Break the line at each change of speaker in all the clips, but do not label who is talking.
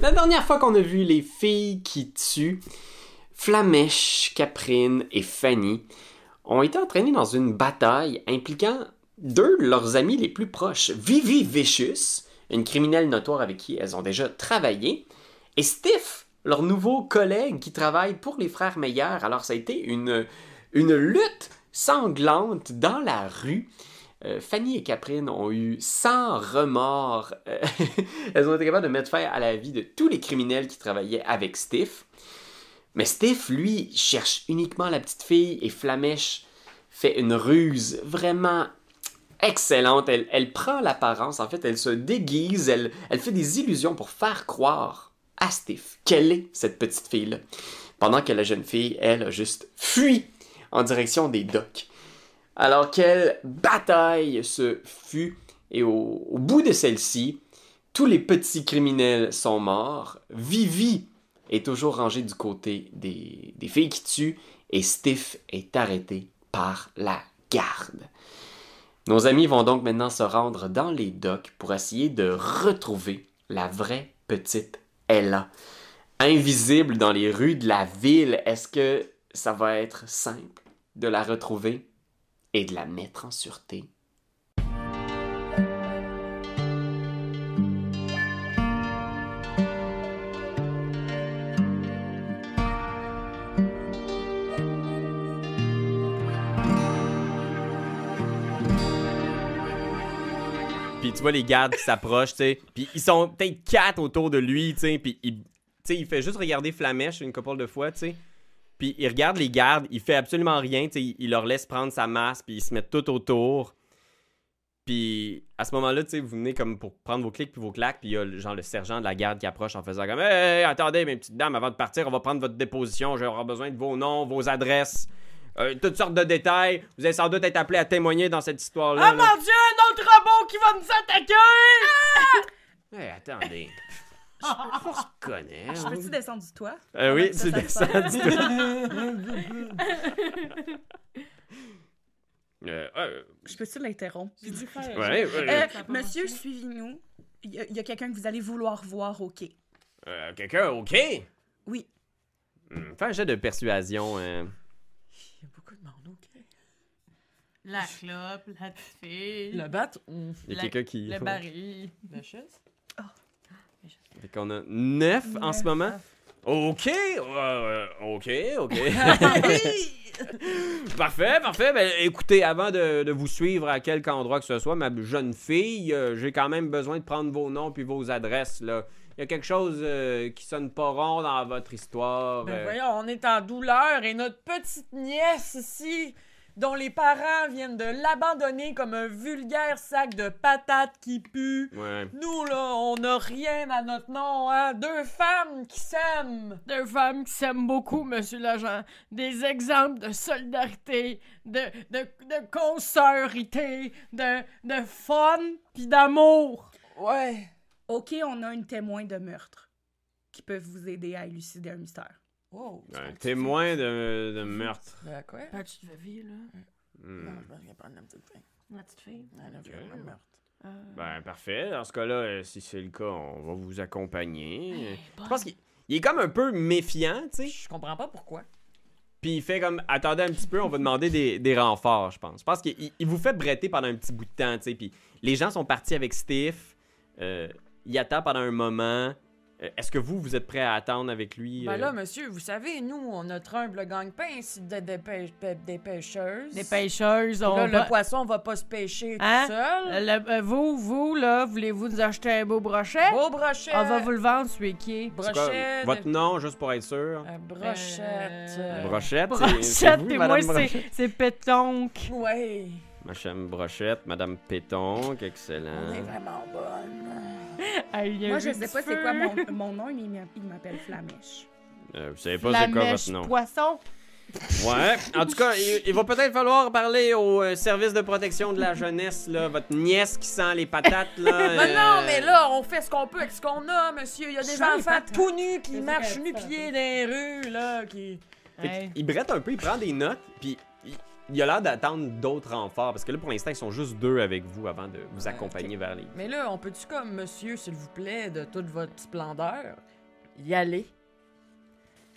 La dernière fois qu'on a vu les filles qui tuent, Flamèche, Caprine et Fanny ont été entraînées dans une bataille impliquant deux de leurs amis les plus proches, Vivi Vicious, une criminelle notoire avec qui elles ont déjà travaillé, et Steph, leur nouveau collègue qui travaille pour les frères Meilleurs. Alors ça a été une, une lutte sanglante dans la rue. Euh, Fanny et Caprine ont eu sans remords. euh, elles ont été capables de mettre fin à la vie de tous les criminels qui travaillaient avec Stiff. Mais Stiff, lui, cherche uniquement la petite fille et Flamèche fait une ruse vraiment excellente. Elle, elle prend l'apparence, en fait, elle se déguise, elle, elle fait des illusions pour faire croire à Stiff quelle est cette petite fille-là. Pendant que la jeune fille, elle, a juste fui en direction des docks. Alors quelle bataille ce fut, et au, au bout de celle-ci, tous les petits criminels sont morts, Vivi est toujours rangée du côté des, des filles qui tuent, et Stiff est arrêté par la garde. Nos amis vont donc maintenant se rendre dans les docks pour essayer de retrouver la vraie petite Ella. Invisible dans les rues de la ville, est-ce que ça va être simple de la retrouver? et de la mettre en sûreté.
Puis tu vois les gardes qui s'approchent, tu sais. Puis ils sont peut-être quatre autour de lui, tu sais. Puis il, tu sais, il fait juste regarder Flamèche une couple de fois, tu sais. Puis il regarde les gardes, il fait absolument rien, tu sais. Il, il leur laisse prendre sa masse, puis ils se mettent tout autour. Puis à ce moment-là, tu sais, vous venez comme pour prendre vos clics puis vos claques, puis il y a le- genre le sergent de la garde qui approche en faisant comme Hey, hey, attendez, mes petites dames, avant de partir, on va prendre votre déposition, j'aurai besoin de vos noms, vos adresses. euh, toutes sortes de détails. Vous allez sans doute être appelés à témoigner dans cette histoire-là.
Ah,
là.
Ah, dieu, un autre robot qui va nous attaquer!
Hey, attendez. Faut se connaître.
Je peux-tu descendre du toit?
Euh, oui,
Ah Ça,
tu
ça
descends
se
du Euh, euh,
Je peux-tu l'interrompre?
ouais, ouais.
Euh, monsieur, suivez-nous. Il y a, il y a quelqu'un que vous allez vouloir voir, OK.
Euh, Quelqu'un, OK?
Oui.
Hmm, Fais un jet de persuasion. euh.
Il y a beaucoup de monde, ok.
La clope, la petite fille,
Le bat, on
Il y a
La-
quelqu'un qui.
le baril.
la chaise.
Fait qu'on a 9 en ce
Neuf.
moment. OK, euh, OK, OK.
Ah
Ah parfait, parfait. Ben, écoutez, avant de, de vous suivre à quelque endroit que ce soit, ma jeune fille, euh, j'ai quand même besoin de prendre vos noms puis vos adresses. Là. Il y a quelque chose euh, qui sonne pas rond dans votre histoire.
Ben
euh.
voyons, on est en douleur et notre petite nièce ici, dont les parents viennent de l'abandonner comme un vulgaire sac de patates qui pue.
Ouais.
Nous, là, on n'a rien à notre nom, hein? Deux femmes qui s'aiment!
Deux femmes qui s'aiment beaucoup, monsieur l'agent. Des exemples de solidarité, de, de, de consœurité, de, de fun puis d'amour.
Ouais.
OK, on a une témoin de meurtre qui peut vous aider à élucider un mystère.
Wow.
Un témoin de, de meurtre.
De Ben, quoi?
La petite fille, là.
Hmm.
Non, je pense qu'il y a pas de petite fille.
La petite fille.
Elle a vraiment meurtre.
Ben, parfait. Dans ce cas-là, euh, si c'est le cas, on va vous accompagner.
bonne.
Je pense qu'il il est comme un peu méfiant, tu sais.
Je comprends pas pourquoi.
Puis il fait comme attendez un petit peu, on va demander des, des renforts, je pense. Je pense qu'il il- il vous fait bretter pendant un petit bout de temps, tu sais. Puis les gens sont partis avec Stiff. Euh, il attend pendant un moment. Euh, Est-ce que vous, vous êtes prêt à attendre avec lui
Ben
euh?
là, monsieur, vous savez, nous, on notre humble gang-pain ici de, de pêche- pe- des pêcheuses.
Des pêcheuses, on
Là,
va-
le poisson va pas se pêcher
Hein?
tout seul.
Le- euh, vous, vous, là, voulez-vous nous acheter un beau brochet?
Beau brochet.
On va vous le vendre, celui qui est.
C'est quoi,
Brochette.
Votre nom, juste pour être sûr.
Euh, brochette.
Euh,
Brochette. c'est- c'est
Brochette,
vous,
et
Madame
moi,
Brochette?
c'est c'est pétonque.
Ouais.
Madame Brochette, Madame Pétonque,
On est
excellent.
vraiment
Euh.
bonne.
Hey, il y a
Moi,
eu
je
du
sais pas c'est
feu.
quoi mon, mon nom, mais il m'a- il m'appelle Flamèche.
Euh, vous savez pas
La
c'est quoi
mèche
votre nom.
poisson.
Ouais. En tout cas, il, il va peut-être falloir parler au euh, service de protection de la jeunesse, là. Votre nièce qui sent les patates, là.
Mais
euh,
Ben non, mais là, on fait ce qu'on peut avec ce qu'on a, monsieur. Il y a des
Sans les
enfants
patates.
tout nus qui
C'est
marchent
vrai,
nu-pieds dans les rues, là, qui...
fait qu'il-
Hey.
Il brette un peu, il prend des notes, puis il, il a l'air d'attendre d'autres renforts parce que là, pour l'instant, ils sont juste deux avec vous avant de vous
Ouais,
accompagner vers les.
Mais là, on peut-tu, comme monsieur, s'il vous plaît, de toute votre splendeur, y aller?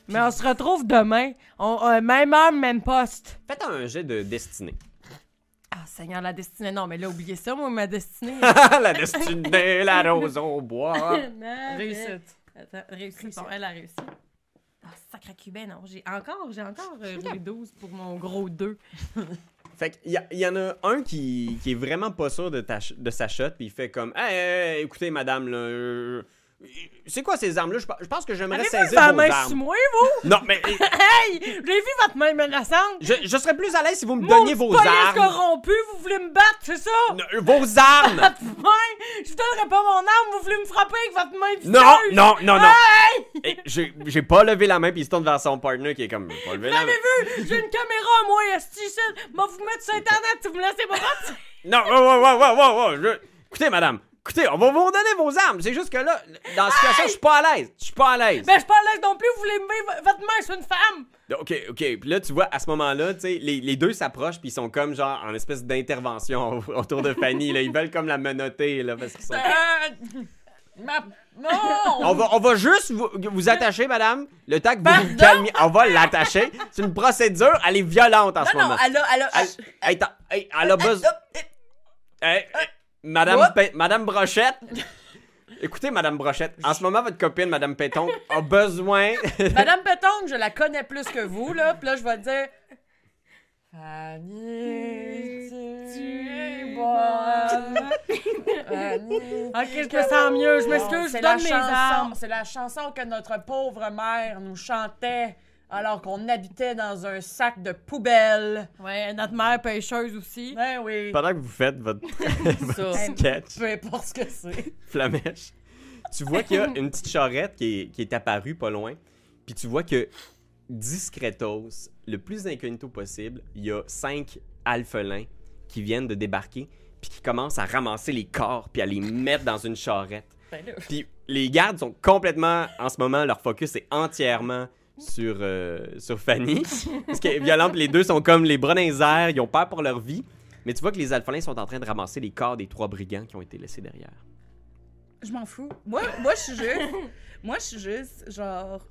Mais on se retrouve demain. On, euh, même heure, même poste.
Faites un jet de destinée.
Ah, Seigneur, la destinée. Non, mais là, oubliez ça, moi, ma destinée.
Ah. la destinée, la rose au bois.
Non, mais-
Réussite.
Attends, réussite. Bon, elle a réussi. Ah, sacré cubain, non. J'ai encore, j'ai encore euh, roulé 12 pour mon gros 2.
Fait qu'il y, a- il y en a un qui, qui est vraiment pas sûr de, ta ch- de sa shot, puis il fait comme Hey, hey, hey, écoutez, madame, là, euh, c'est quoi ces armes-là? Je pe- Je pense que j'aimerais
Avez-vous
saisir
la
vos
main sur
armes.
moi, vous?
Non, mais eh,
Hey! J'ai vu votre main menaçante!
je, je serais plus à l'aise si vous me
Maudite
donniez vos
police
armes.
corrompue, vous voulez me battre, c'est ça?
Ne- euh, Vos armes!
Votre main! Je vous donnerai pas mon arme, vous voulez me frapper avec votre main vicieuse!
Non, non, non, non. Eh, J'ai j'ai pas levé la main, puis il se tourne vers son partner qui est comme. J'ai Pas levé la main.
J'ai une caméra, moi, esti, je Moi, vous mettre sur Internet, vous me laissez pas partir!
Non, wow, wow, wow, wow, wow, wow, je- Écoutez, madame, écoutez, on va vous redonner vos armes. C'est juste que là, dans la situation, je suis pas à l'aise. Je suis pas à l'aise. Ben,
Ben, je parle là non plus, vous voulez me mettre votre main sur une femme!
Ok, ok. Puis là, tu vois, à ce moment-là, tu sais, les, les deux s'approchent, puis ils sont comme genre en espèce d'intervention au- autour de Fanny. là. Ils veulent comme la menotter, là, parce qu'ils sont.
Ben,
Euh, ma...
On
Non!
va, on va juste vous, vous attacher, madame. Le temps que vous vous calmiez, on va l'attacher. C'est une procédure, elle est violente en ce
non,
moment.
non, elle a... Euh, Elle a...
Elle, hey, t'as- hey, elle a besoin. Hey,
euh,
hey, Madame,
Oups.
Pe- Madame Brochette. Écoutez, Madame Brochette, en ce moment, votre copine, Madame Péton, a besoin.
Madame Pétongue, je la connais plus que vous, là. Puis là, je vais dire... Fanny, tu es bonne. Fanny,
Ok, je me sens mieux, je m'excuse, je
C'est la
donne mes
chanson,
armes!
C'est la chanson que notre pauvre mère nous chantait alors qu'on habitait dans un sac de poubelle.
Ouais, notre mère pêcheuse aussi.
Ben oui.
Pendant que vous faites votre,
Ça.
votre sketch,
Peu importe ce que c'est.
Flamèche, tu vois qu'il y a une petite charrette qui est, qui est apparue pas loin. Puis tu vois que, discretos, le plus incognito possible, il y a cinq alphelins qui viennent de débarquer, puis qui commencent à ramasser les corps, puis à les mettre dans une charrette.
Ben là.
Puis les gardes sont complètement, en ce moment, leur focus est entièrement sur, euh, sur Fanny. Parce que violent, puis les deux sont comme les bras dans les airs, ils ont peur pour leur vie. Mais tu vois que les alphalins sont en train de ramasser les corps des trois brigands qui ont été laissés derrière.
Je m'en fous. Moi, moi je suis juste. moi, je suis juste, genre,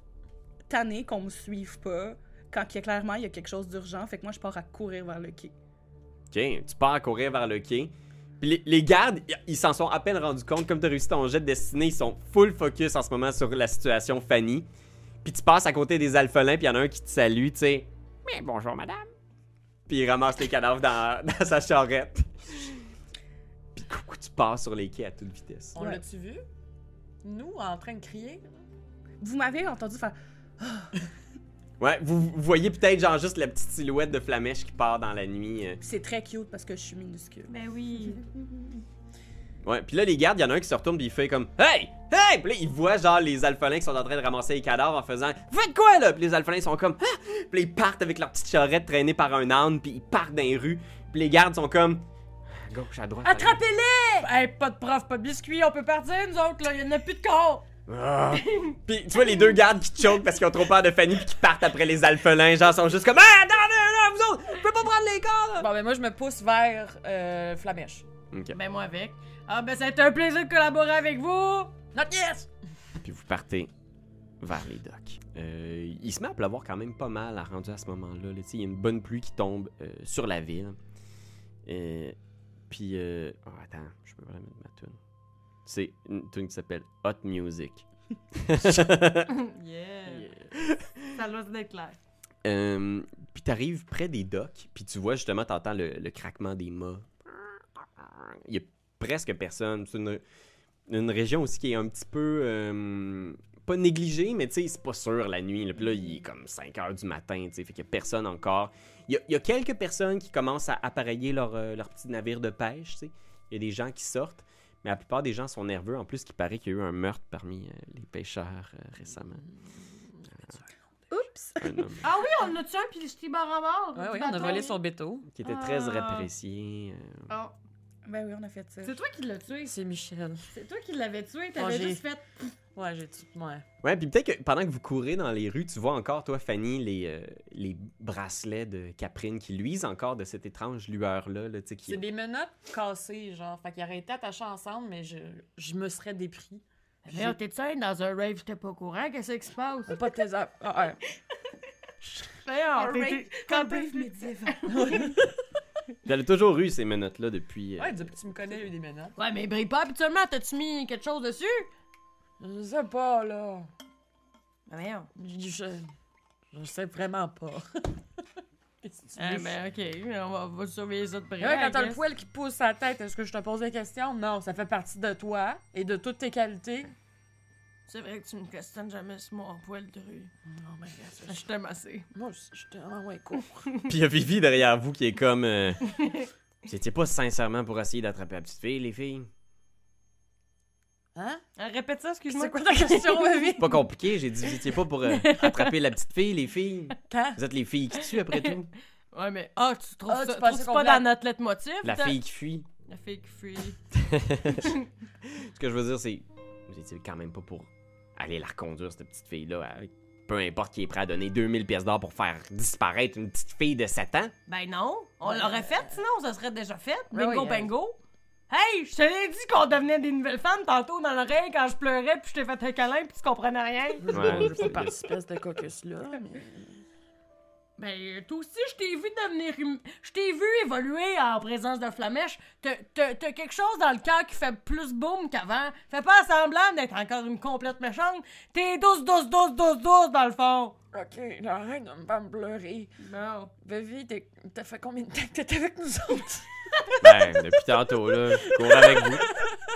tannée qu'on me suive pas quand qu'il y a- clairement il y a quelque chose d'urgent. Fait que moi, je pars à courir vers le quai.
Ok, tu pars à courir vers le quai. Puis les, les gardes, y- ils s'en sont à peine rendus compte. Comme tu as réussi ton jet de destinée, ils sont full focus en ce moment sur la situation Fanny. Puis tu passes à côté des alphelins, puis il y en a un qui te salue, tu sais. Mais bonjour, madame. Puis il ramasse les cadavres dans, dans sa charrette. Puis coucou, tu pars sur les quais à toute vitesse.
On
Ouais.
l'a-tu vu? Nous, en train de crier?
Vous m'avez entendu faire.
Ouais, vous vous voyez peut-être genre juste la petite silhouette de Flamèche qui part dans la nuit. euh.
C'est très cute parce que je suis minuscule.
Ben oui.
Ouais, puis là, les gardes, il y en a un qui se retourne puis il fait comme Hey! Hey! Puis là, il voit genre les alphelins qui sont en train de ramasser les cadavres en faisant Faites quoi là? Puis les alphelins sont comme Ah! Puis là, ils partent avec leur petite charrette traînée par un âne, puis ils partent dans les rues. Puis les gardes sont comme À gauche, à droite. à gauche.
Attrapez-les! Hey, pas de prof, pas de biscuit, on peut partir, nous autres, là, il y en a plus de corps!
Ah. Puis tu vois les deux gardes qui choquent parce qu'ils ont trop peur de Fanny puis qui partent après les alphelins. Genre, sont juste comme Ah! Attendez, là, vous autres, je peux pas prendre les corps! là!
Bon, ben moi, je me pousse vers euh, Flamèche.
Ben moi avec. Ah ben ça a été un plaisir de collaborer avec vous!
Notre yes!
Puis vous partez vers les docks. Euh, il se met à pleuvoir quand même pas mal à rendu à ce moment-là. là. Tu sais, Il y a une bonne pluie qui tombe euh, sur la ville. Euh, puis... euh, oh, attends, je peux pas la mettre ma tune. C'est une tune qui s'appelle Hot Music.
Yeah! Ça doit être clair.
Euh, puis t'arrives près des docks, puis tu vois justement, t'entends le, le craquement des mâts. Il y a presque personne. C'est une, une région aussi qui est un petit peu... euh, pas négligée, mais tu sais, c'est pas sûr la nuit. Là. Puis là, il est comme 5 heures du matin, tu sais, fait qu'il y a personne encore. Il y a, il y a quelques personnes qui commencent à appareiller leur, euh, leur petit navire de pêche, tu sais. Il y a des gens qui sortent, mais la plupart des gens sont nerveux. En plus, il paraît qu'il y a eu un meurtre parmi euh, les pêcheurs euh, récemment.
Oups!
Un homme.
Ah oui, on a tué un puis le ch'ti bord en bord!
Ouais,
Oh, du
oui, on a
bateau.
volé son béto.
qui était très
Ah.
apprécié. euh,
Ah.
Ben oui, on a fait ça.
C'est toi qui l'as tué.
C'est Michel.
C'est toi qui l'avais tué.
Oh,
T'avais
j'ai-
juste fait.
Ouais, j'ai tout. Ouais.
Ouais, puis peut-être que pendant que vous courez dans les rues, tu vois encore, toi, Fanny, les, euh, les bracelets de Caprine qui luisent encore de cette étrange lueur-là. Là, tu sais, qui...
C'est des menottes cassées, genre. Fait qu'ils auraient été attachés ensemble, mais je, je me serais dépris.
Merde, t'es-tu allé dans un rave, j'étais pas au courant, qu'est-ce qui se passe?
Pas de tes app- Ah, ouais.
Merde,
Un
t'es-
rave-
t'es-
un
quand t'es-
rave médiéval.
J'avais toujours eu ces menottes-là depuis. euh,
Ouais, depuis que tu me connais, il y a eu des menottes.
Ouais, mais brille pas habituellement, t'as-tu mis quelque chose dessus?
Je sais pas, là.
Ah, voyons.
Je, je sais vraiment pas. Qu'est-ce que tu
Ah,
veux?
ben ok, on va, on va surveiller ça de près.
Ouais,
I
quand t'as le
guess.
poil qui pousse sa tête, est-ce que je te pose des questions? Non, ça fait partie de toi et de toutes tes qualités.
C'est vrai que tu me questionnes jamais sur mon poil de rue.
Non, mais
Je t'aime assez.
moi, je je te. Ah ouais, cool.
Puis il y a Vivi derrière vous qui est comme. euh, C'était pas sincèrement pour essayer d'attraper la petite fille, les filles.
Hein?
Ah, répète ça, excuse-moi.
C'est quoi ta question, baby?
Pas compliqué, j'ai dit, vous étiez pas pour euh, attraper la petite fille, les filles.
Quand?
Vous êtes les filles qui tuent après tout.
Ouais, mais ah, tu trouves
Ah,
ça
tu pensais
trouves
qu'on
pas
voulait-
dans notre lettre motif?
La
t'as-
fille qui fuit.
La fille qui fuit.
Ce que je veux dire, c'est. Vous étiez quand même pas pour aller la reconduire, cette petite fille-là. à- Peu importe qui est prêt à donner 2000 pièces d'or pour faire disparaître une petite fille de 7 ans.
Ben non, on
Ouais.
l'aurait faite sinon, ça serait déjà fait.
Ouais,
Bingo,
ouais,
bingo. Hey, je te l'ai dit qu'on devenait des nouvelles femmes tantôt dans l'oreille quand je pleurais puis je t'ai fait un câlin puis tu comprenais rien.
Ouais,
je
c'est-
peux participer à ce caucus-là, mais.
Ben, toi aussi, je t'ai vu devenir. hum- Je t'ai vu évoluer en présence de Flamèche. T'as- T'as t'as quelque chose dans le cœur qui fait plus boum qu'avant. Fais pas semblant d'être encore une complète méchante. T'es douce, douce, douce, douce, douce dans le fond.
Ok, là, arrête de me pas me pleurer.
Non.
Baby, t'es- t'as fait combien de temps que t'étais avec nous autres?
Ben, depuis tantôt, là, je cours avec vous.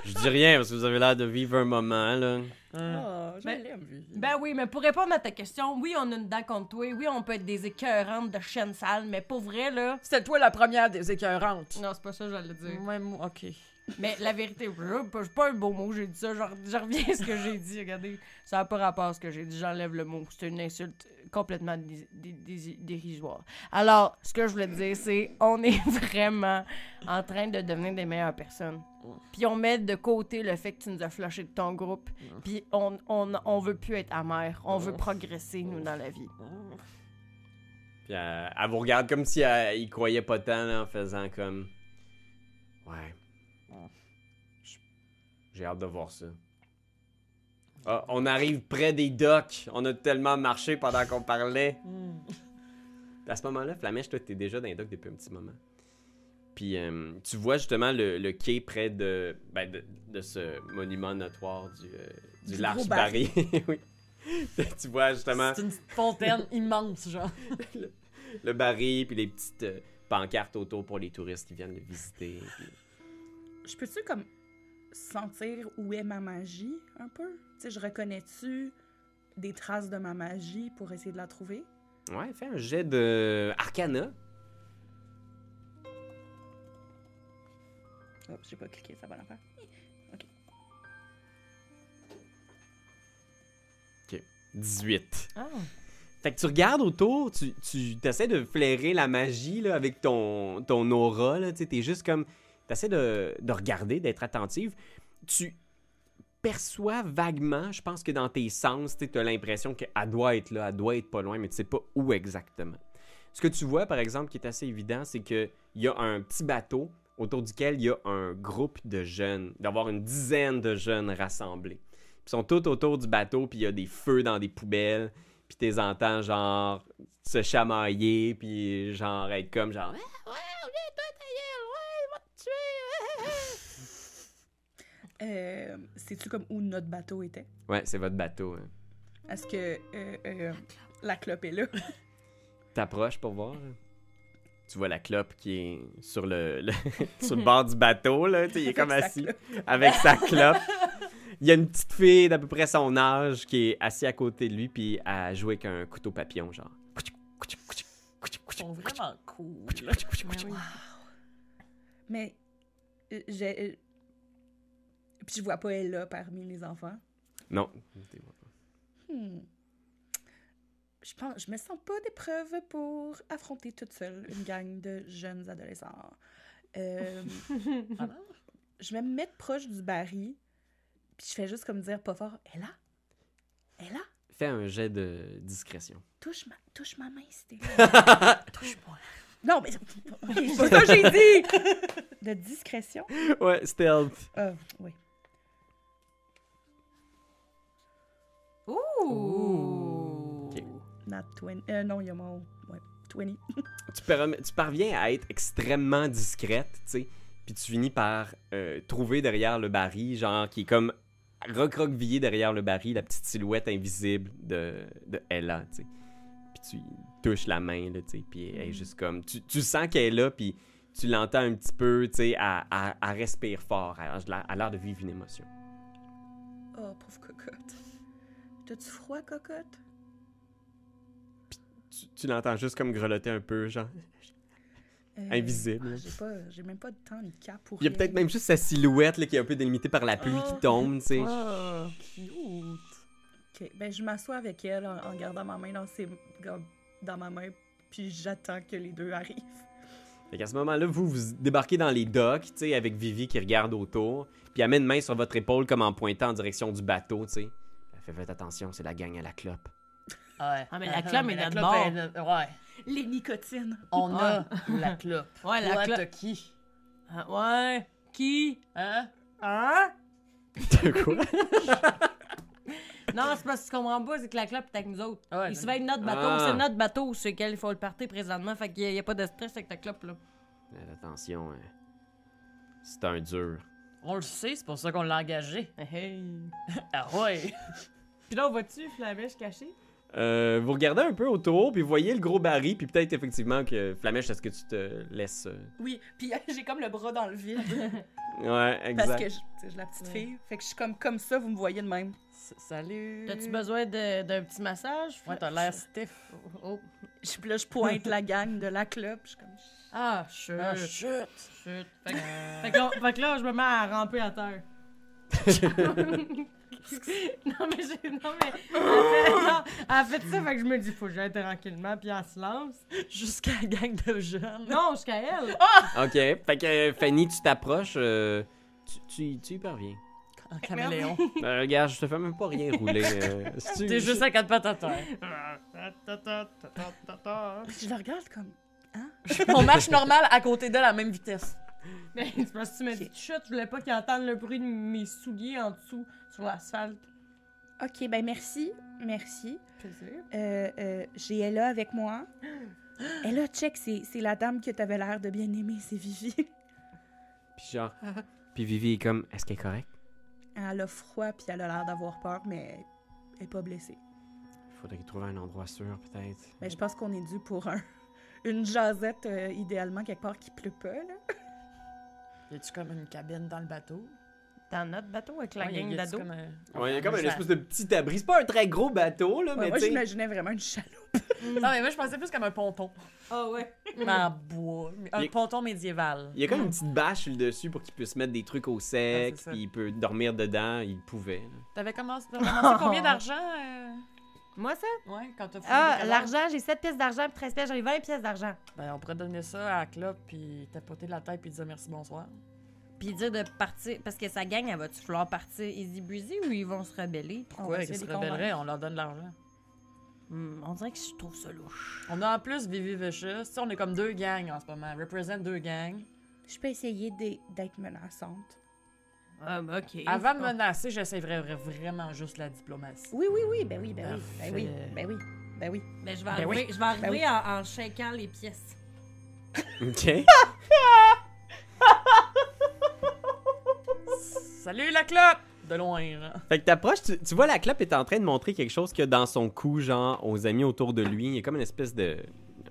Je dis rien parce que vous avez l'air de vivre un moment, là.
Ah, je
Ben-
l'aime, Vivi.
Ben oui, mais pour répondre à ta question, oui, on a une dent contre toi. Oui, on peut être des écœurantes de chaîne sale, mais pour vrai, là.
C'était toi la première des écœurantes.
Non, c'est pas ça que j'allais dire.
Ouais, moi, ok.
Mais la vérité, je- c'est pas un beau mot, j'ai dit ça, je je reviens à ce que j'ai dit, regardez. Ça n'a pas rapport à ce que j'ai dit, j'enlève le mot. C'est une insulte complètement dé- dé- dé- dérisoire. Alors, ce que je voulais te dire, c'est on est vraiment en train de devenir des meilleures personnes. Puis on met de côté le fait que tu nous as flashé de ton groupe. Puis on, on, on veut plus être amer, on veut progresser, nous, dans la vie.
Puis euh, elle vous regarde comme si elle y croyait pas tant, là, en faisant comme. Ouais. J- J'ai hâte de voir ça. Ah, on arrive près des docks. On a tellement marché pendant qu'on parlait.
Hmm.
À ce moment-là, Flamèche, toi, t'es déjà dans les docks depuis un petit moment. Puis euh, tu vois justement le, le quai près de, ben, de, de ce monument notoire du, euh, du,
Du
large
gros bar.
Barry. oui. tu vois justement
C'est une petite fontaine immense, genre.
le baril, puis les petites euh, pancartes autour pour les touristes qui viennent le visiter. puis-
Je peux-tu, comme, sentir où est ma magie, un peu? Tu sais, je reconnais-tu des traces de ma magie pour essayer de la trouver?
Ouais, fais un jet de Arcana.
Hop, Oh, j'ai pas cliqué, ça va l'affaire. OK.
18. Fait que tu regardes autour, tu, tu essaies de flairer la magie là, avec ton, ton aura. Là, tu sais, t'es juste comme. T'essaies de, de regarder, d'être attentive. Tu perçois vaguement, je pense que dans tes sens, tu as l'impression qu'elle doit être là, elle doit être pas loin, mais tu sais pas où exactement. Ce que tu vois, par exemple, qui est assez évident, c'est qu'il y a un petit bateau autour duquel il y a un groupe de jeunes, d'avoir une dizaine de jeunes rassemblés. Ils sont tous autour du bateau, puis il y a des feux dans des poubelles puis t'es entends genre se chamailler puis genre être comme genre ouais ouais on est toi ta gueule, ouais il va te tuer
Euh, Sais-tu comme où notre bateau était?
ouais c'est votre bateau hein.
Est-ce que euh, euh, la clope est là?
t'approches pour voir hein. tu vois la clope qui est sur le, le- sur le bord du bateau là tu sais, il est comme
Avec sa
assis
clope.
avec sa clope il y a une petite fille d'à peu près son âge qui est assise à côté de lui puis à jouer avec un couteau papillon genre
Ils sont vraiment cool.
Ah
Mais euh, j'ai. euh, Puis je vois pas elle là parmi les enfants.
non
Hmm. Je pense, je me sens pas d'épreuve pour affronter toute seule une gang de jeunes adolescents. Euh,
Ah non?
je vais me mettre proche du baril, puis je fais juste comme dire pas fort, elle là.
Fais un jet de discrétion.
Touche ma, touche ma main, c'était. Touche-moi. Non, mais c'est c'est ça que j'ai dit! De discrétion?
Ouais, stealth.
Ah, oui.
Ouh!
Ok.
Not 20. Euh, non, il y a mon. Ouais, 20.
Tu, parvien- tu parviens à être extrêmement discrète, tu sais, puis tu finis par euh, trouver derrière le baril, genre, qui est comme recroquevillé derrière le baril, la petite silhouette invisible de, de Ella, tu sais. Puis tu y touches la main, là, tu sais, puis elle est juste comme... Tu, tu sens qu'elle est là, puis tu l'entends un petit peu, tu sais, à, à, à respirer fort, à, à l'air de vivre une émotion.
Oh, pauvre cocotte. T'as-tu froid, cocotte?
Tu, tu l'entends juste comme grelotter un peu, genre,
Euh,
invisible.
ah, j'ai pas, j'ai même pas de temps ni de cap pour.
Il y a
rien.
peut-être même juste sa silhouette, là, qui est un peu délimitée par la pluie qui tombe, tu sais.
Ah, cute.
Ok, ben je m'assois avec elle en, en gardant ma main dans ses, dans- dans ma main, puis j'attends que les deux arrivent.
Fait qu'à ce moment-là, vous, vous débarquez dans les docks, tu sais, avec Vivi qui regarde autour, puis elle met une main sur votre épaule comme en pointant en direction du bateau, tu sais. Elle fait faites attention, c'est la gang à la clope.
Ouais. Euh,
Ah, mais la clope
mais
est
la
notre
clope,
bord.
elle- Ouais.
Les nicotines.
On
Ouais.
a Ah. la clope.
Ouais, la
Toi,
clope.
t'as qui?
Ah, ouais. Qui?
Hein?
Hein?
De quoi?
Non, c'est parce que tu comprends pas, c'est que la clope est avec nous autres.
Ouais, non.
Ils surveillent notre bateau.
Ah.
C'est notre bateau sur lequel il faut le partir présentement. Fait qu'il n'y a, pas de stress avec ta clope, là.
Faites attention, hein. c'est un dur.
On le sait, c'est pour ça qu'on l'a engagé.
Eh, Hey.
Ah ouais!
Puis là, on va-tu, Flamèche cachée?
Euh, vous regardez un peu autour, puis vous voyez le gros baril, puis peut-être effectivement que Flamèche, est-ce que tu te laisses. euh,
Oui, puis j'ai comme le bras dans le vide
Ouais, exact.
parce que je, tu sais, j'ai la petite fille, fait que je suis comme comme ça, vous me voyez de même.
S- Salut!
T'as-tu besoin de- d'un petit massage?
Ouais, t'as l'air stiff.
Oh.
Je, puis là, je pointe la gang de la clope, je suis comme.
Ah, chut.
Ah, chut!
Chut. Fait, que- fait que, là- fait que là, je me mets à ramper à terre. non, mais j'ai. Non, mais. Elle fait, non, elle fait ça, fait que je me dis, faut que j'aille tranquillement, puis elle se lance.
Jusqu'à la gang de jeunes.
Non, jusqu'à elle.
Ok, fait que euh, Fanny, tu t'approches, euh, tu, tu, tu y parviens.
En caméléon.
Euh, regarde, je te fais même pas rien rouler. euh, si tu-
T'es juste à quatre pattes à terre.
Je la regarde comme.
on marche normal à côté d'elle à la même vitesse.
Mais c'est parce que tu m'as dit, chut, je voulais pas qu'ils entendent le bruit de mes souliers en dessous sur l'asphalte.
Ok, ben merci, merci.
Plaisir.
Euh, euh, j'ai Ella avec moi. Ella, check, c'est c'est la dame que t'avais l'air de bien aimer, c'est Vivi.
Puis genre, puis Vivi est comme, est-ce qu'elle est correcte?
Elle a froid, puis elle a l'air d'avoir peur, mais elle est pas blessée.
Faudrait trouver un endroit sûr, peut-être.
Mais je pense qu'on est dû pour un, une jasette, euh, idéalement, quelque part qui pleut pas, là.
Y a-tu comme une cabine dans le bateau?
Dans notre bateau avec la
Ouais, y a-
gang
y a-tu
d'ados.
comme un-
Ouais, il y a comme
un
une espèce de petit abri. C'est pas un très gros bateau, là,
Ouais,
mais
moi,
tu sais.
j'imaginais vraiment une chaleur.
Non, mais moi, je pensais plus comme un ponton.
Ah ouais.
Mais en bois. Un
Il-
ponton médiéval.
Il y a comme une petite bâche sur le dessus pour qu'il puisse mettre des trucs au sec,
Ah, c'est ça.
puis il peut dormir dedans, il pouvait. là.
T'avais commencé, t'avais ramassé combien d'argent? euh?
Moi, ça?
Ouais, quand t'as fouillé
Ah,
les calanques?
l'argent, j'ai 7 pièces d'argent, puis 13 pièces, j'ai 20 pièces d'argent.
Ben, on pourrait donner ça à la clope, puis tapoter la tête, puis dire merci, bonsoir.
Puis dire de partir, parce que sa gang, elle va-tu vouloir partir easy breezy ou ils vont se rebeller?
On va
Ouais,
essayer
qu'ils se
de les convaincre.
rebelleraient, on leur donne de l'argent.
Hmm, on dirait que je trouve ça louche.
On a en plus Vivi Vicious. Tu sais, on est comme deux gangs en ce moment. Represent deux gangs.
Je peux essayer d'e- d'être menaçante.
Ah, bah, ok.
Avant de menacer, j'essayerais vra- vraiment juste la diplomatie.
Oui, oui, oui, ben oui, ben oui, ben oui, ben oui, ben oui.
Ben, je vais
Ben
arriver,
oui.
je vais arriver
Ben oui.
en, en shakant les pièces.
Ok.
Salut la clope! De loin, là.
fait que t'approches, tu, tu vois, la clope est en train de montrer quelque chose qu'il y a dans son cou, genre, aux amis autour de lui. Il y a comme une espèce de.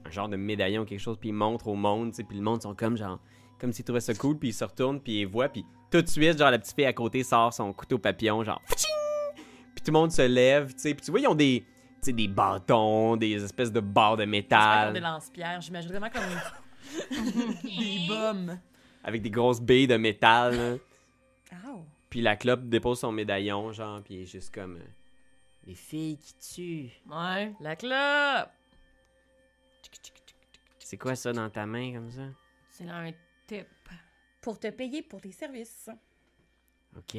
un genre de médaillon, quelque chose, puis il montre au monde, tu sais, puis le monde sont comme, genre, comme s'ils trouvaient ça cool, puis ils se retournent, puis ils voient, puis tout de suite, genre, la petite fille à côté sort son couteau papillon, genre, Paching! puis tout le monde se lève, tu sais, puis tu vois, ils ont des. Tu sais, des bâtons, des espèces de barres de
C'est pas comme des
métal.
lance-pierres. J'imagine vraiment comme des bombes.
avec des grosses billes de métal. là.
Ow.
Puis la clope dépose son médaillon, genre, puis il est juste comme. euh, Les filles qui tuent.
Ouais.
La clope!
C'est quoi ça dans ta main comme ça?
C'est un tip.
Pour te payer pour tes services.
Ok.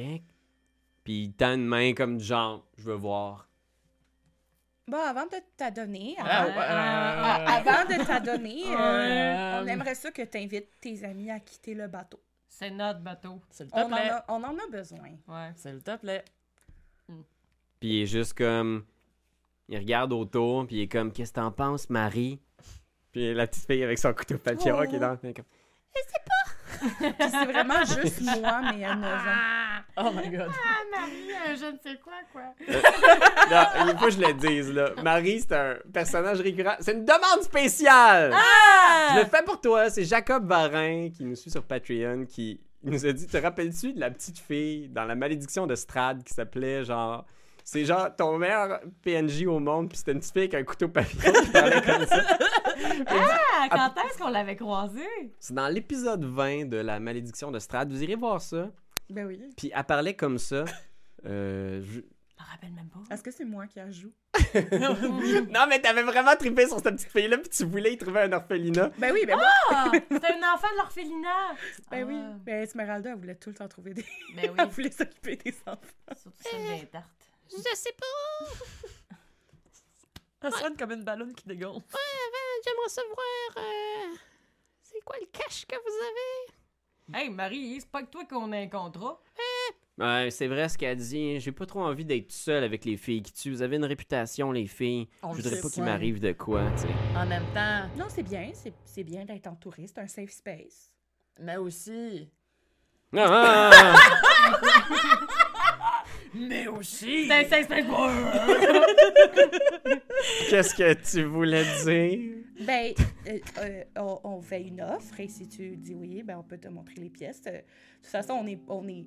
Puis il tend une main comme du genre, je veux voir.
Bon, avant de t'adonner,
Ah,
avant,
ouais, euh,
avant de t'adonner, euh,
Ouais.
on aimerait ça que tu invites tes amis à quitter le bateau.
C'est notre bateau.
S'il te
On en
plaît.
a, on en a besoin.
Ouais.
S'il te plaît.
Puis il est juste comme. Il regarde autour, puis il est comme Qu'est-ce que t'en penses, Marie Puis la petite fille avec son couteau papillon qui est dans. elle est comme,
Puis c'est vraiment juste moi, mais à 9 ans.
Oh my god.
Ah, Marie, euh, je ne sais quoi, quoi.
Non, il faut que je le dise, là. Marie, c'est un personnage récurrent. C'est une demande spéciale! Je le fais pour toi. C'est Jacob Varin qui nous suit sur Patreon qui nous a dit Te rappelles-tu de la petite fille dans la malédiction de Strad qui s'appelait genre. C'est genre ton meilleur PNJ au monde, puis c'était une petite fille avec un couteau papillon qui parlait comme ça.
Ah, quand est-ce qu'on l'avait croisé?
C'est dans l'épisode 20 de La malédiction de Strad. Vous irez voir ça.
Ben oui.
Puis elle parlait comme ça. Euh, je-
Je me rappelle même pas.
Est-ce que c'est moi qui la joue?
Non, mais t'avais vraiment trippé sur cette petite fille-là, puis tu voulais y trouver un orphelinat.
Ben oui, ben moi.
Ah, C'était un enfant de l'orphelinat.
Ben oui.
Ah,
Ben Esmeralda, elle voulait tout le temps trouver des.
Ben
Elle
oui,
voulait s'occuper des enfants.
surtout celle des tartes.
Je sais pas,
Ça sonne comme une ballonne qui dégonfle.
j'aimerais savoir. euh, c'est quoi le cash que vous avez?
Hey, Marie, c'est pas que toi qu'on a un contrat.
Ouais, c'est vrai ce qu'elle dit. hein. J'ai pas trop envie d'être seule avec les filles qui tuent. Vous avez une réputation, les filles.
On
Je
le
voudrais
sait
pas qu'il
pas.
m'arrive de quoi, tu sais.
En même temps,
Non, c'est bien. c'est- C'est bien d'être en touriste, un safe space.
mais aussi.
Ah,
Mais aussi!
C'est Ben, c'est- c'est-
Qu'est-ce que tu voulais dire?
Ben, euh, euh, on, on fait une offre et si tu dis oui, ben on peut te montrer les pièces. Euh, De toute façon, on est, on est,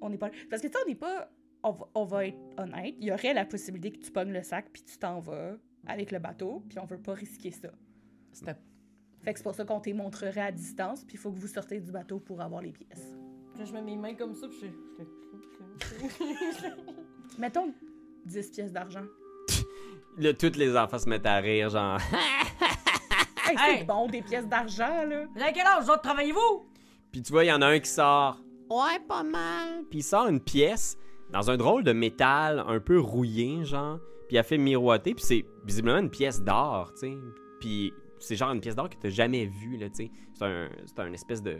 on est pas. Parce que tu sais, on n'est pas. On va, on va être honnête. Il y aurait la possibilité que tu pognes le sac puis tu t'en vas avec le bateau, puis on veut pas risquer ça.
C'était-
Fait que c'est pour ça qu'on te montrerait à distance, puis il faut que vous sortez du bateau pour avoir les pièces.
Là, je mets mes mains comme ça, puis je...
Mettons 10 pièces d'argent.
Là, toutes les enfants se mettent à rire, genre.
Hey, c'est
Hey!
bon, des pièces d'argent, là!
Vous avez quel âge, vous autres, travaillez-vous?
Puis tu vois, il y en a un qui sort.
Ouais, pas mal.
Puis il sort une pièce dans un drôle de métal un peu rouillé, genre. Puis il a fait miroiter, puis c'est visiblement une pièce d'or, tu sais. Puis c'est genre une pièce d'or que t'as jamais vue, là, tu sais. C'est un, c'est un espèce de,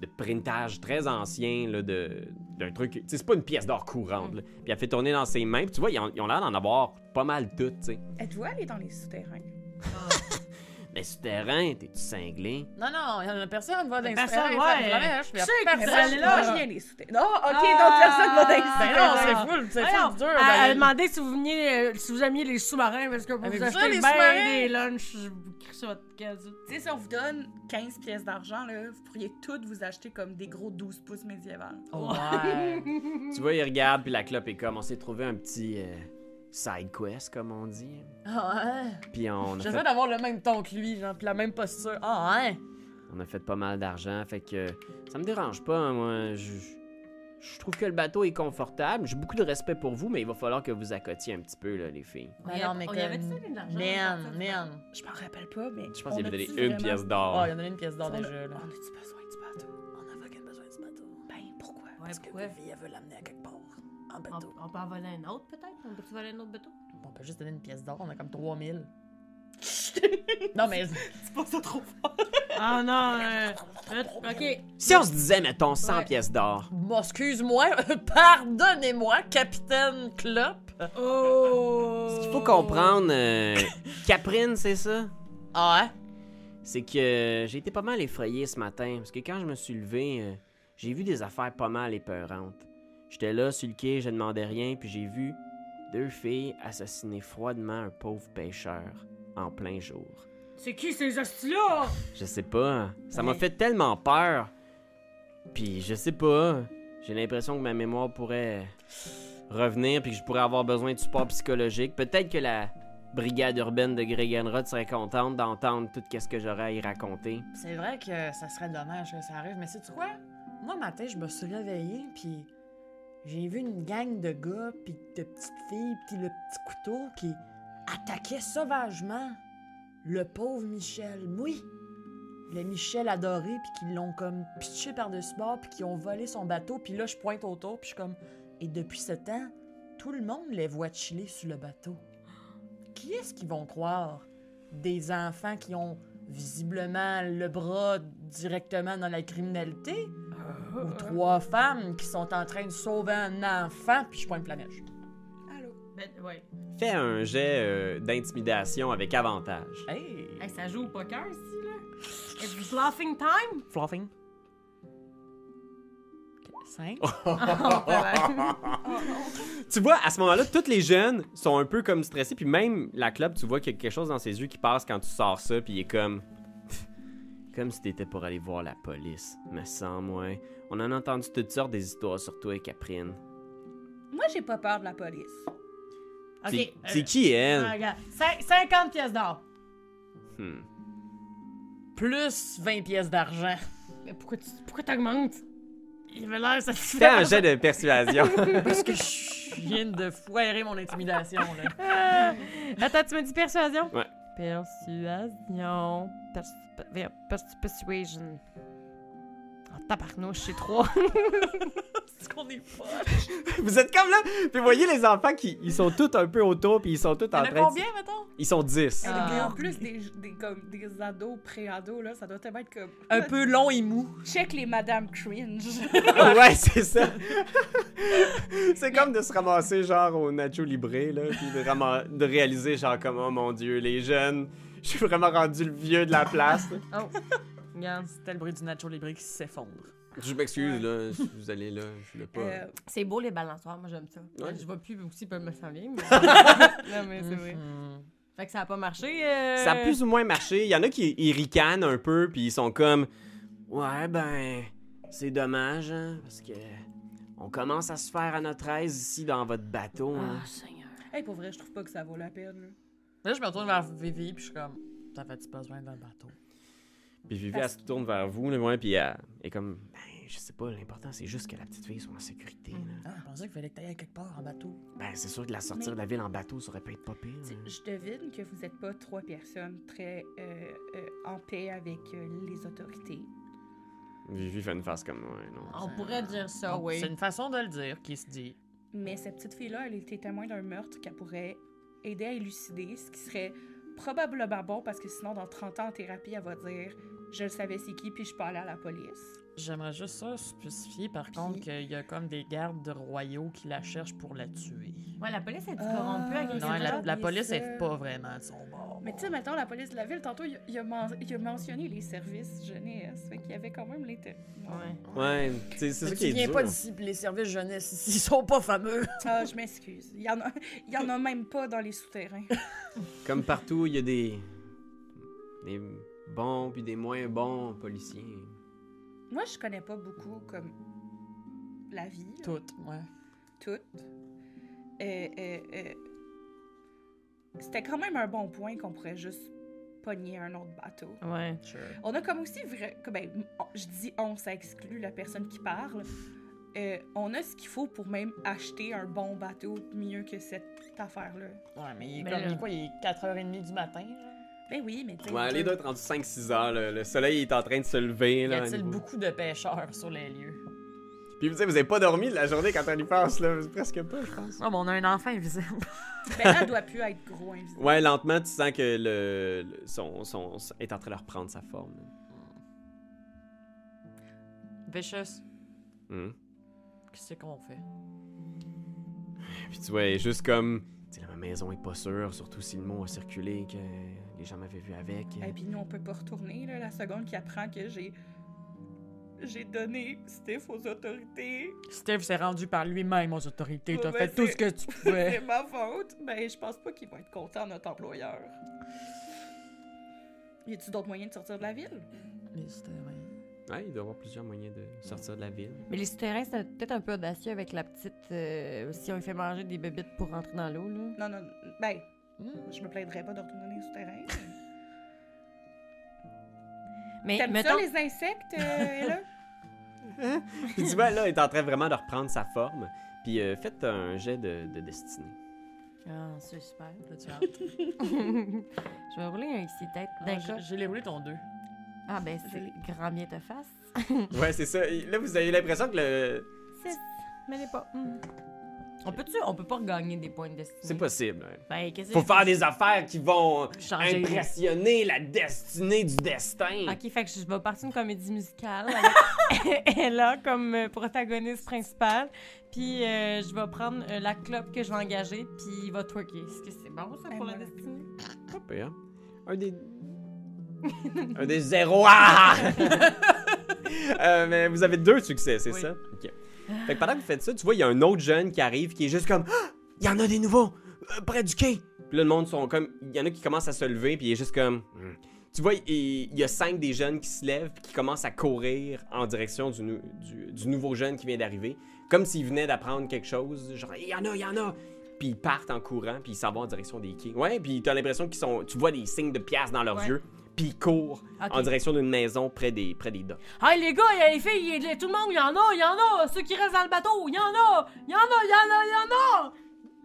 de printage très ancien, là, de- d'un truc. Tu sais, c'est pas une pièce d'or courante, là. Puis il a fait tourner dans ses mains, puis tu vois, ils ont ils ont l'air d'en avoir pas mal toutes, tu sais.
Êtes-vous allé dans les souterrains?
Mais souterrain, t'es-tu cinglé?
Non, non, il y en a personne, va dans
Personne,
les
ouais.
Je
Je sais que
Mais
vous
moi,
allez
je
là.
moi, je viens des souterrains. Non, ok, donc
Ah!
personne va dans les
Ben
Ben
souterrains.
non, c'est fou, c'est
Voyons,
full dur.
elle-
ben,
elle demandait si vous veniez, euh, si vous aimiez les sous-marins, parce que Ah, vous
Avez-vous ça,
achetez
les
bien
sous-marins?
des lunchs, je vous crie sur votre casu.
Tu sais, si on vous donne 15 pièces d'argent, là, vous pourriez toutes vous acheter comme des gros 12 pouces médiévales.
Oh, ouais.
Tu vois, il regarde, puis la clope est comme, on s'est trouvé un petit euh, side quest, comme on dit.
Ah, ouais.
Puis on a fait
J'essaie d'avoir le même ton que lui, genre, pis la même posture. Ah, ouais.
On a fait pas mal d'argent, fait que ça me dérange pas, hein, moi. Je, je trouve que le bateau est confortable. J'ai beaucoup de respect pour vous, mais il va falloir que vous accotiez un petit peu, là, les filles.
Mais Ben non, mais
On y avait
comme-
donné de l'argent?
Man, man.
Je m'en rappelle pas, mais.
Je pense qu'il
on
avait donné
a-tu
une
vraiment-
pièce
Oh,
d'or.
il y en a une pièce d'or
On a-
déjà, là.
On a-tu besoin du bateau?
On a fucking besoin du bateau.
Ben, pourquoi?
Ouais, pourquoi?
elle veut l'amener à quelque part. En
On, on peut en voler un autre, peut-être? On peut-tu voler un autre bateau?
On peut juste donner une pièce d'or, on a comme 3000. non, mais. C'est pas ça trop fort.
Ah non, euh, euh, ok.
Si on se disait, mettons, 100
Ouais.
pièces d'or.
Bon, excuse-moi, pardonnez-moi, Capitaine Clop.
Oh!
Ce qu'il faut comprendre, euh, Caprine, c'est ça?
Ah,
C'est que euh, j'ai été pas mal effrayé ce matin, parce que quand je me suis levé, euh, j'ai vu des affaires pas mal épeurantes. J'étais là, sur le quai, je demandais rien, puis j'ai vu deux filles assassiner froidement un pauvre pêcheur en plein jour.
C'est qui ces hosties-là?
Je sais pas. hein. Ça m'a
Ouais.
fait tellement peur. Puis je sais pas. hein. J'ai l'impression que ma mémoire pourrait revenir puis que je pourrais avoir besoin de support psychologique. Peut-être que la brigade urbaine de Gregenrod serait contente d'entendre tout ce que j'aurais à y raconter.
C'est vrai que ça serait dommage que ça arrive, mais sais-tu quoi? Moi, matin, je me suis réveillée, puis j'ai vu une gang de gars, puis de petites filles, puis le petit couteau qui attaquait sauvagement le pauvre Michel. Oui! Le Michel adoré, puis qui l'ont comme pitché par-dessus bord, puis qui ont volé son bateau, puis là, je pointe autour, puis je suis comme. Et depuis ce temps, tout le monde les voit chiller sur le bateau. qui est-ce qu'ils vont croire? Des enfants qui ont visiblement le bras directement dans la criminalité? Ou trois femmes qui sont en train de sauver un enfant, puis je pointe la mèche.
Allô?
Ben, ouais.
Fais un jet euh, d'intimidation avec avantage.
Hey!
Hey, ça joue au poker, ici, là. It's laughing time.
Fluffing. Cinq.
Oh, Tu vois, à ce moment-là, tous les jeunes sont un peu comme stressés, puis même la club, tu vois qu'il y a quelque chose dans ses yeux qui passe quand tu sors ça, puis il est comme. Comme si t'étais pour aller voir la police, me semble, ouais. On en a entendu toutes sortes des histoires sur toi, Caprine.
Moi, j'ai pas peur de la police.
OK.
C'est-
euh,
C'est qui
ah,
elle?
regarde. Cin- 50 pièces d'or.
Hmm.
Plus 20 pièces d'argent.
Mais pourquoi tu pourquoi t'augmentes? Il avait l'air satisfait.
Fais un jet de persuasion.
Parce que je viens de foirer mon intimidation, là.
Ah! Attends, tu m'as dit persuasion?
Ouais.
Persuasion. Pers per- pers- persuasion. Oh, tabarnouche, c'est trois.
Est-ce qu'on est pas?
Vous êtes comme là, puis voyez les enfants qui ils sont tous un peu autour, puis ils sont tous en
T'en as
train de-
combien, mettons?
Ils sont 10.
Ah.
Et en plus, des, des, comme, des ados, pré-ados, là, ça doit tellement être comme...
Un peu long et mou.
Check les Madame Cringe.
ouais, c'est ça. c'est comme de se ramasser genre au Nacho Libre, là, puis de, rama- de réaliser genre comme oh mon dieu, les jeunes, je suis vraiment rendu le vieux de la place.
Regarde.
C'était le bruit du Nacho Libre qui s'effondre.
Je m'excuse là, si vous allez là, je voulais pas.
Euh,
C'est beau les balançoires, moi j'aime ça.
Ouais.
Je vois plus aussi, peut me s'en vient. mais- non, mais c'est vrai.
Mhm.
Fait que ça a pas marché. euh,
Ça a plus ou moins marché. Il y en a qui ils ricanent un peu, puis ils sont comme ouais ben c'est dommage hein, parce que on commence à se faire à notre aise ici dans votre bateau. hein.
Ah, Seigneur.
hey, pour vrai, je trouve pas que ça vaut la peine. là.
Là, je me retourne vers Vivi, puis je suis comme, t'as fait pas besoin d'un bateau?
Ah, Puis Vivi, elle
Parce-
se tourne vers vous, là, ouais, puis elle est comme, ben, je sais pas, l'important, c'est juste que la petite fille soit en sécurité. là.
Ah, je pensais qu'il fallait que t'ailles quelque part en bateau.
Ben, c'est sûr que la sortir de la ville en bateau, ça aurait pu être pas pire. hein.
Tu-
là.
Je devine que vous n'êtes pas trois personnes très euh, euh, en paix avec euh, les autorités.
Vivi fait une face comme, Ah ouais, non.
On pourrait dire ça,
Donc,
Ah oui.
C'est une façon de le dire qui se dit.
Mais cette petite fille-là, elle était témoin d'un meurtre qu'elle pourrait aider à élucider, ce qui serait probablement bon parce que sinon, dans 30 ans en thérapie, elle va dire Je le savais c'est qui, puis je parlais à la police.
J'aimerais juste ça spécifier, par contre, qu'il y a comme des gardes royaux qui la cherchent pour la tuer.
Ouais, la police est
Ah,
corrompue avec les
Non, la,
gens.
la
bien
police
sûr.
est pas vraiment de son bord.
Mais tu sais, mettons, la police de la ville, tantôt, il a, il a men- il a mentionné les services jeunesse. Fait qu'il y avait quand même les. te-
Ouais.
Ouais, tu sais, c'est
Mais
ça qui
tu
est
viens
dur.
pas d'ici, puis les services jeunesse ici ils sont pas fameux.
Ah, je m'excuse. Il y, en a, il y en a même pas dans les souterrains.
Comme partout, il y a des... des bons puis des moins bons policiers.
Moi, je connais pas beaucoup comme la vie, là,
Toutes, ouais.
toute. Euh, euh, euh, C'était quand même un bon point qu'on pourrait juste pogner un autre bateau.
Ouais.
Sure.
On a comme aussi vrai, que, ben, on- je dis on, ça exclut la personne qui parle. Euh, on a ce qu'il faut pour même acheter un bon bateau mieux que cette affaire-là.
Ouais, mais il est
Mais
comme,
là-
il est quoi, il est 4h30 du matin, là?
Ben oui, mais tu sais,
Ouais, les deux rendus 5-6 heures, là, le soleil est en train de se lever.
Y
Là,
a-t-il
au niveau-
beaucoup de pêcheurs sur les lieux?
Puis vous savez, vous avez pas dormi de la journée quand on y pense, là, presque pas, je pense.
Ouais, Ah, mais on a un enfant invisible.
ben là, elle doit plus être gros hein, invisible.
Ouais, lentement, tu sens que le, le- son, son, son- est en train de reprendre sa forme.
Vicious,
là. Hum.
qu'est-ce qu'on fait?
Puis tu vois, elle est juste comme. Tu sais, là, ma maison est pas sûre, surtout si le mot a circulé, que les gens m'avaient vu avec.
Et Ah, puis nous, on peut pas retourner, là, la seconde qui apprend que j'ai... J'ai donné Steph aux autorités.
Steve s'est rendu par lui-même aux autorités. T'as
Ouais,
fait tout
c'est-
ce que tu
C'est
pouvais.
ma faute. Ben, je pense pas qu'il va être content, notre employeur. Y a-tu d'autres moyens de sortir de la ville?
Mais c'était, ouais.
Ouais, il doit y avoir plusieurs moyens de sortir de la ville.
Mais les souterrains, c'est peut-être un peu audacieux avec la petite. euh, si on lui fait manger des bébites pour rentrer dans l'eau,
Non,
là.
non, ben,
Hmm.
je me plaindrais pas de retourner sous terrain.
Mais
T'aimes
mettons.
ça, les insectes, euh, Ella?
Puis tu vois, ben là, elle est en train vraiment de reprendre sa forme. Puis euh, faites un jet de, de destinée.
Ah, c'est super.
Là, tu rentres.
Je vais rouler un ici tête
Ah,
Ben,
d'un
j'ai-
cas.
J'ai les roulé ton 2.
Ah, ben, c'est grand bien te fasse.
Ouais, c'est ça. Et Là, vous avez l'impression que le.
Mais les pas. Hmm. On peut-tu, on peut pas gagner des points de destinée.
C'est possible. ouais.
Ben, qu'est-ce que
Faut faire des affaires qui vont
Changer.
impressionner la destinée du destin.
Ok, fait que je vais partir une comédie musicale avec Ella comme euh, protagoniste principale. Puis euh, je vais prendre euh, la clope que je vais engager, puis il va twerker. Est-ce que c'est bon ça pour la
Aimable.
destinée?
Pas pire. Un des. un des zéros. Ah! Euh, mais vous avez deux succès, c'est
Oui.
ça? Ok. Fait que pendant que vous faites ça, tu vois, il y a un autre jeune qui arrive qui est juste comme. Ah! Il y en a des nouveaux! euh, près du quai! Puis là, le monde sont comme. Il y en a qui commencent à se lever, puis il est juste comme. Hmm. Tu vois, il il y a cinq des jeunes qui se lèvent, puis qui commencent à courir en direction du, nou- du- du nouveau jeune qui vient d'arriver. Comme s'ils venaient d'apprendre quelque chose. Genre, il y en a, il y en a! Puis ils partent en courant, puis ils s'en vont en direction des quais. Ouais, puis t'as l'impression qu'ils sont. Tu vois des signes de pièces dans leurs
Ouais.
yeux, puis ils courent
Ok.
en direction d'une maison près des, près des docks.
Hey les gars, il y a les filles, il y a- tout le monde, il y en a, il y en a! Ceux qui restent dans le bateau, il y en a! Il y en a, il y en a, il y en a!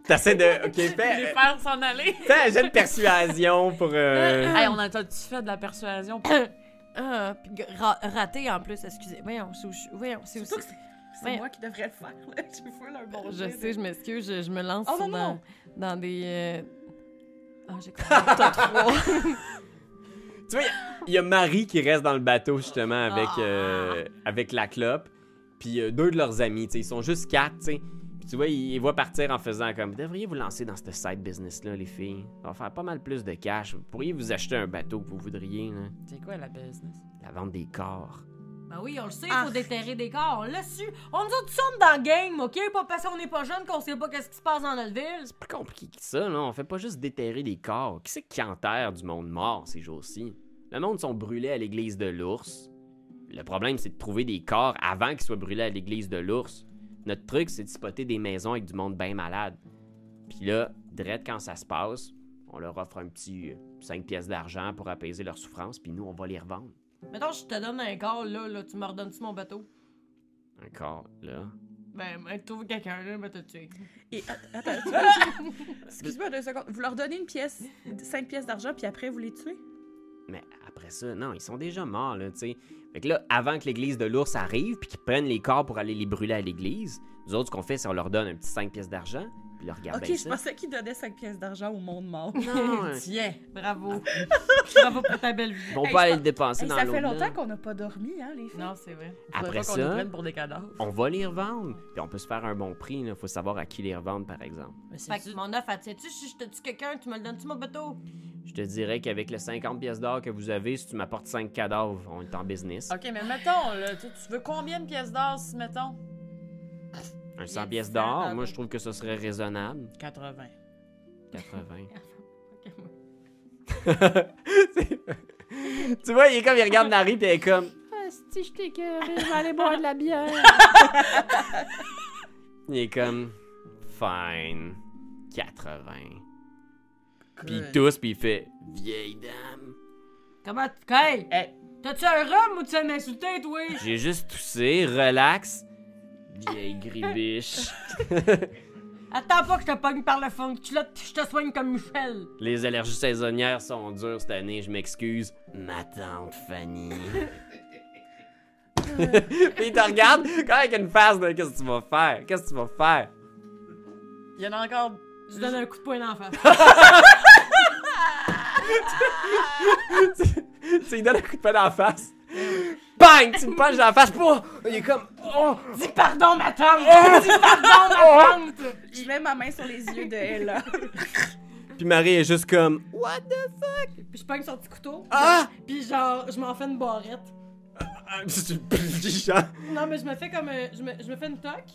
T'essaies de. Ok,
Les
fais.
faire s'en aller.
Fais un jet de persuasion pour. euh,
hey, on a tu fait de la persuasion?
Ah, puis g- ra- raté en plus, excusez. Voyons, c'est où je- voyons, c'est où
Surtout que
c'est-
C'est
Ouais.
moi qui devrais le faire, là. J'ai full un bon
Je
jet,
sais, je m'excuse, je, je me lance
Oh, non,
dans,
non.
dans des. euh, Ah, j'ai compris. T'as trois.
Tu vois, il y a Marie qui reste dans le bateau justement avec,
Ah.
euh, avec la clope. Puis euh, deux de leurs amis, tu sais, ils sont juste quatre, tu sais. Puis tu vois, ils, ils voient partir en faisant comme. Vous devriez vous lancer dans ce side business-là, les filles. Ça va faire pas mal plus de cash. Vous pourriez vous acheter un bateau que vous voudriez, là.
C'est quoi la business?
La vente des corps.
Ben oui, on le sait, il
Ah.
faut déterrer des corps, on l'a su. On nous autres sommes dans le game, OK? Pas parce qu'on n'est pas jeune qu'on sait pas qu'est-ce qui se passe dans notre ville.
C'est plus compliqué que ça, là. On fait pas juste déterrer des corps. Qui c'est qui enterre du monde mort ces jours-ci? Le monde sont brûlés à l'église de l'ours. Le problème, c'est de trouver des corps avant qu'ils soient brûlés à l'église de l'ours. Notre truc, c'est de spotter des maisons avec du monde bien malade. Puis là, direct quand ça se passe, on leur offre un petit 5 pièces d'argent pour apaiser leur souffrance, puis nous, on va les revendre.
Mettons, je te donne un corps, là, là, tu me redonnes-tu mon bateau?
Un corps, là.
Ben, ben, trouve quelqu'un, là, ben, t'as tué.
Et, att- attends, tu vois, excuse-moi deux secondes. Vous leur donnez une pièce, cinq pièces d'argent, puis après, vous les tuez?
Mais après ça, non, ils sont déjà morts, là, tu sais. Fait que là, avant que l'église de l'ours arrive, puis qu'ils prennent les corps pour aller les brûler à l'église, nous autres, ce qu'on fait, c'est on leur donne un petit 5 pièces d'argent, puis leur regarde
ok,
bien
je
ça.
pensais qu'ils donnaient cinq pièces d'argent au monde mort.
Non, hein,
Tiens!
Bravo. Bravo pour ta belle vie.
ils vont
Hey,
pas
je
aller le dépenser
Hey,
dans
ça fait
l'au-delà.
longtemps qu'on n'a pas dormi, hein, les filles?
Non, c'est vrai.
Faudrait
Après
pas qu'on nous
ça,
prenne pour des cadavres.
on va les revendre, puis on peut se faire un bon prix, là. Faut savoir à qui les revendre, par exemple.
Mais c'est
Fait que mon offre, elle tu si je te tue quelqu'un, tu me le donnes-tu mon bateau?
Je te dirais qu'avec les 50 pièces d'or que vous avez, si tu m'apportes 5 cadavres, on est en business.
Ok, mais mettons, là, tu, tu veux combien de pièces d'or, si mettons?
Un
Il y a
100 pièces
10
d'or,
cadavres.
moi, je trouve que ce serait raisonnable.
80.
80. C'est- tu vois, il est comme, il regarde Marie, puis elle est comme,
Ah, si je t'ai je vais aller boire de la bière.
il est comme, fine, 80. Puis il tousse, puis il fait, vieille dame.
Comment tu. Eh. Hey!
Hey.
T'as-tu un rhum ou tu vas m'insulter, toi?
J'ai juste toussé, relax, vieille gribiche.
Attends pas que je te pogne par le fond de culotte pis je te soigne comme Michel.
Les allergies saisonnières sont dures cette année, je m'excuse. Ma tante Fanny. puis il te regarde, quand avec une face de, qu'est-ce que tu vas faire? Qu'est-ce que tu vas faire?
Il y en a encore.
Tu donnes un coup de poing d'en face.
tu lui donnes un coup de poing dans la face. Bang! Tu me punches dans la face. Pouah! Il est comme. Oh!
Dis pardon, ma tante! Dis pardon, ma tante!
Je mets ma main sur les yeux de Ella.
Puis Marie est juste comme. What?
Puis je pogne son petit couteau.
Ah!
Puis genre, je m'en fais une barrette.
C'est une petite
Non, mais je me fais comme un- je, me, je me fais une toque.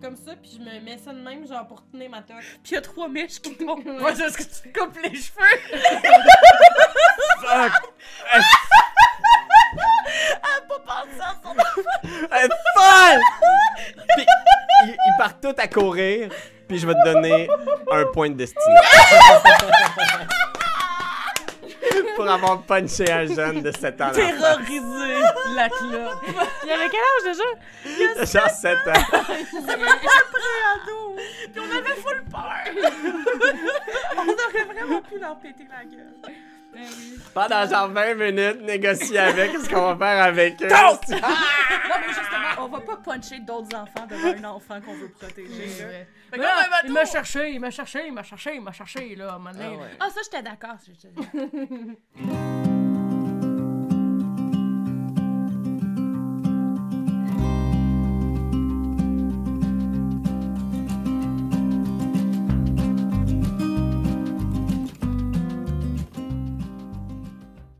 Comme ça, puis je me mets ça de même, genre pour tenir ma toque.
Puis il y a trois mèches qui tombent.
Ouais.
est-ce que tu te coupes les cheveux?
Fuck! Elle Elle est folle! Puis, ils, ils partent tous à courir, puis je vais te donner un point de destinée. Pour avoir punché un jeune de 7 ans. dans la face.
Terroriser la clope.
Il avait quel âge déjà?
Genre 7 ans.
On aurait vraiment pu leur péter la gueule.
Pendant genre 20 minutes, négocier avec ce qu'on va faire avec eux.
Non, mais justement, on va pas puncher d'autres enfants devant un enfant qu'on veut protéger. là.
Fait
Mais
que là,
là,
un
il m'a
bateau!
cherché, il m'a cherché, il m'a cherché, il m'a cherché, là, à un moment donné, là.
Ah, ça, j'étais d'accord. j'étais d'accord.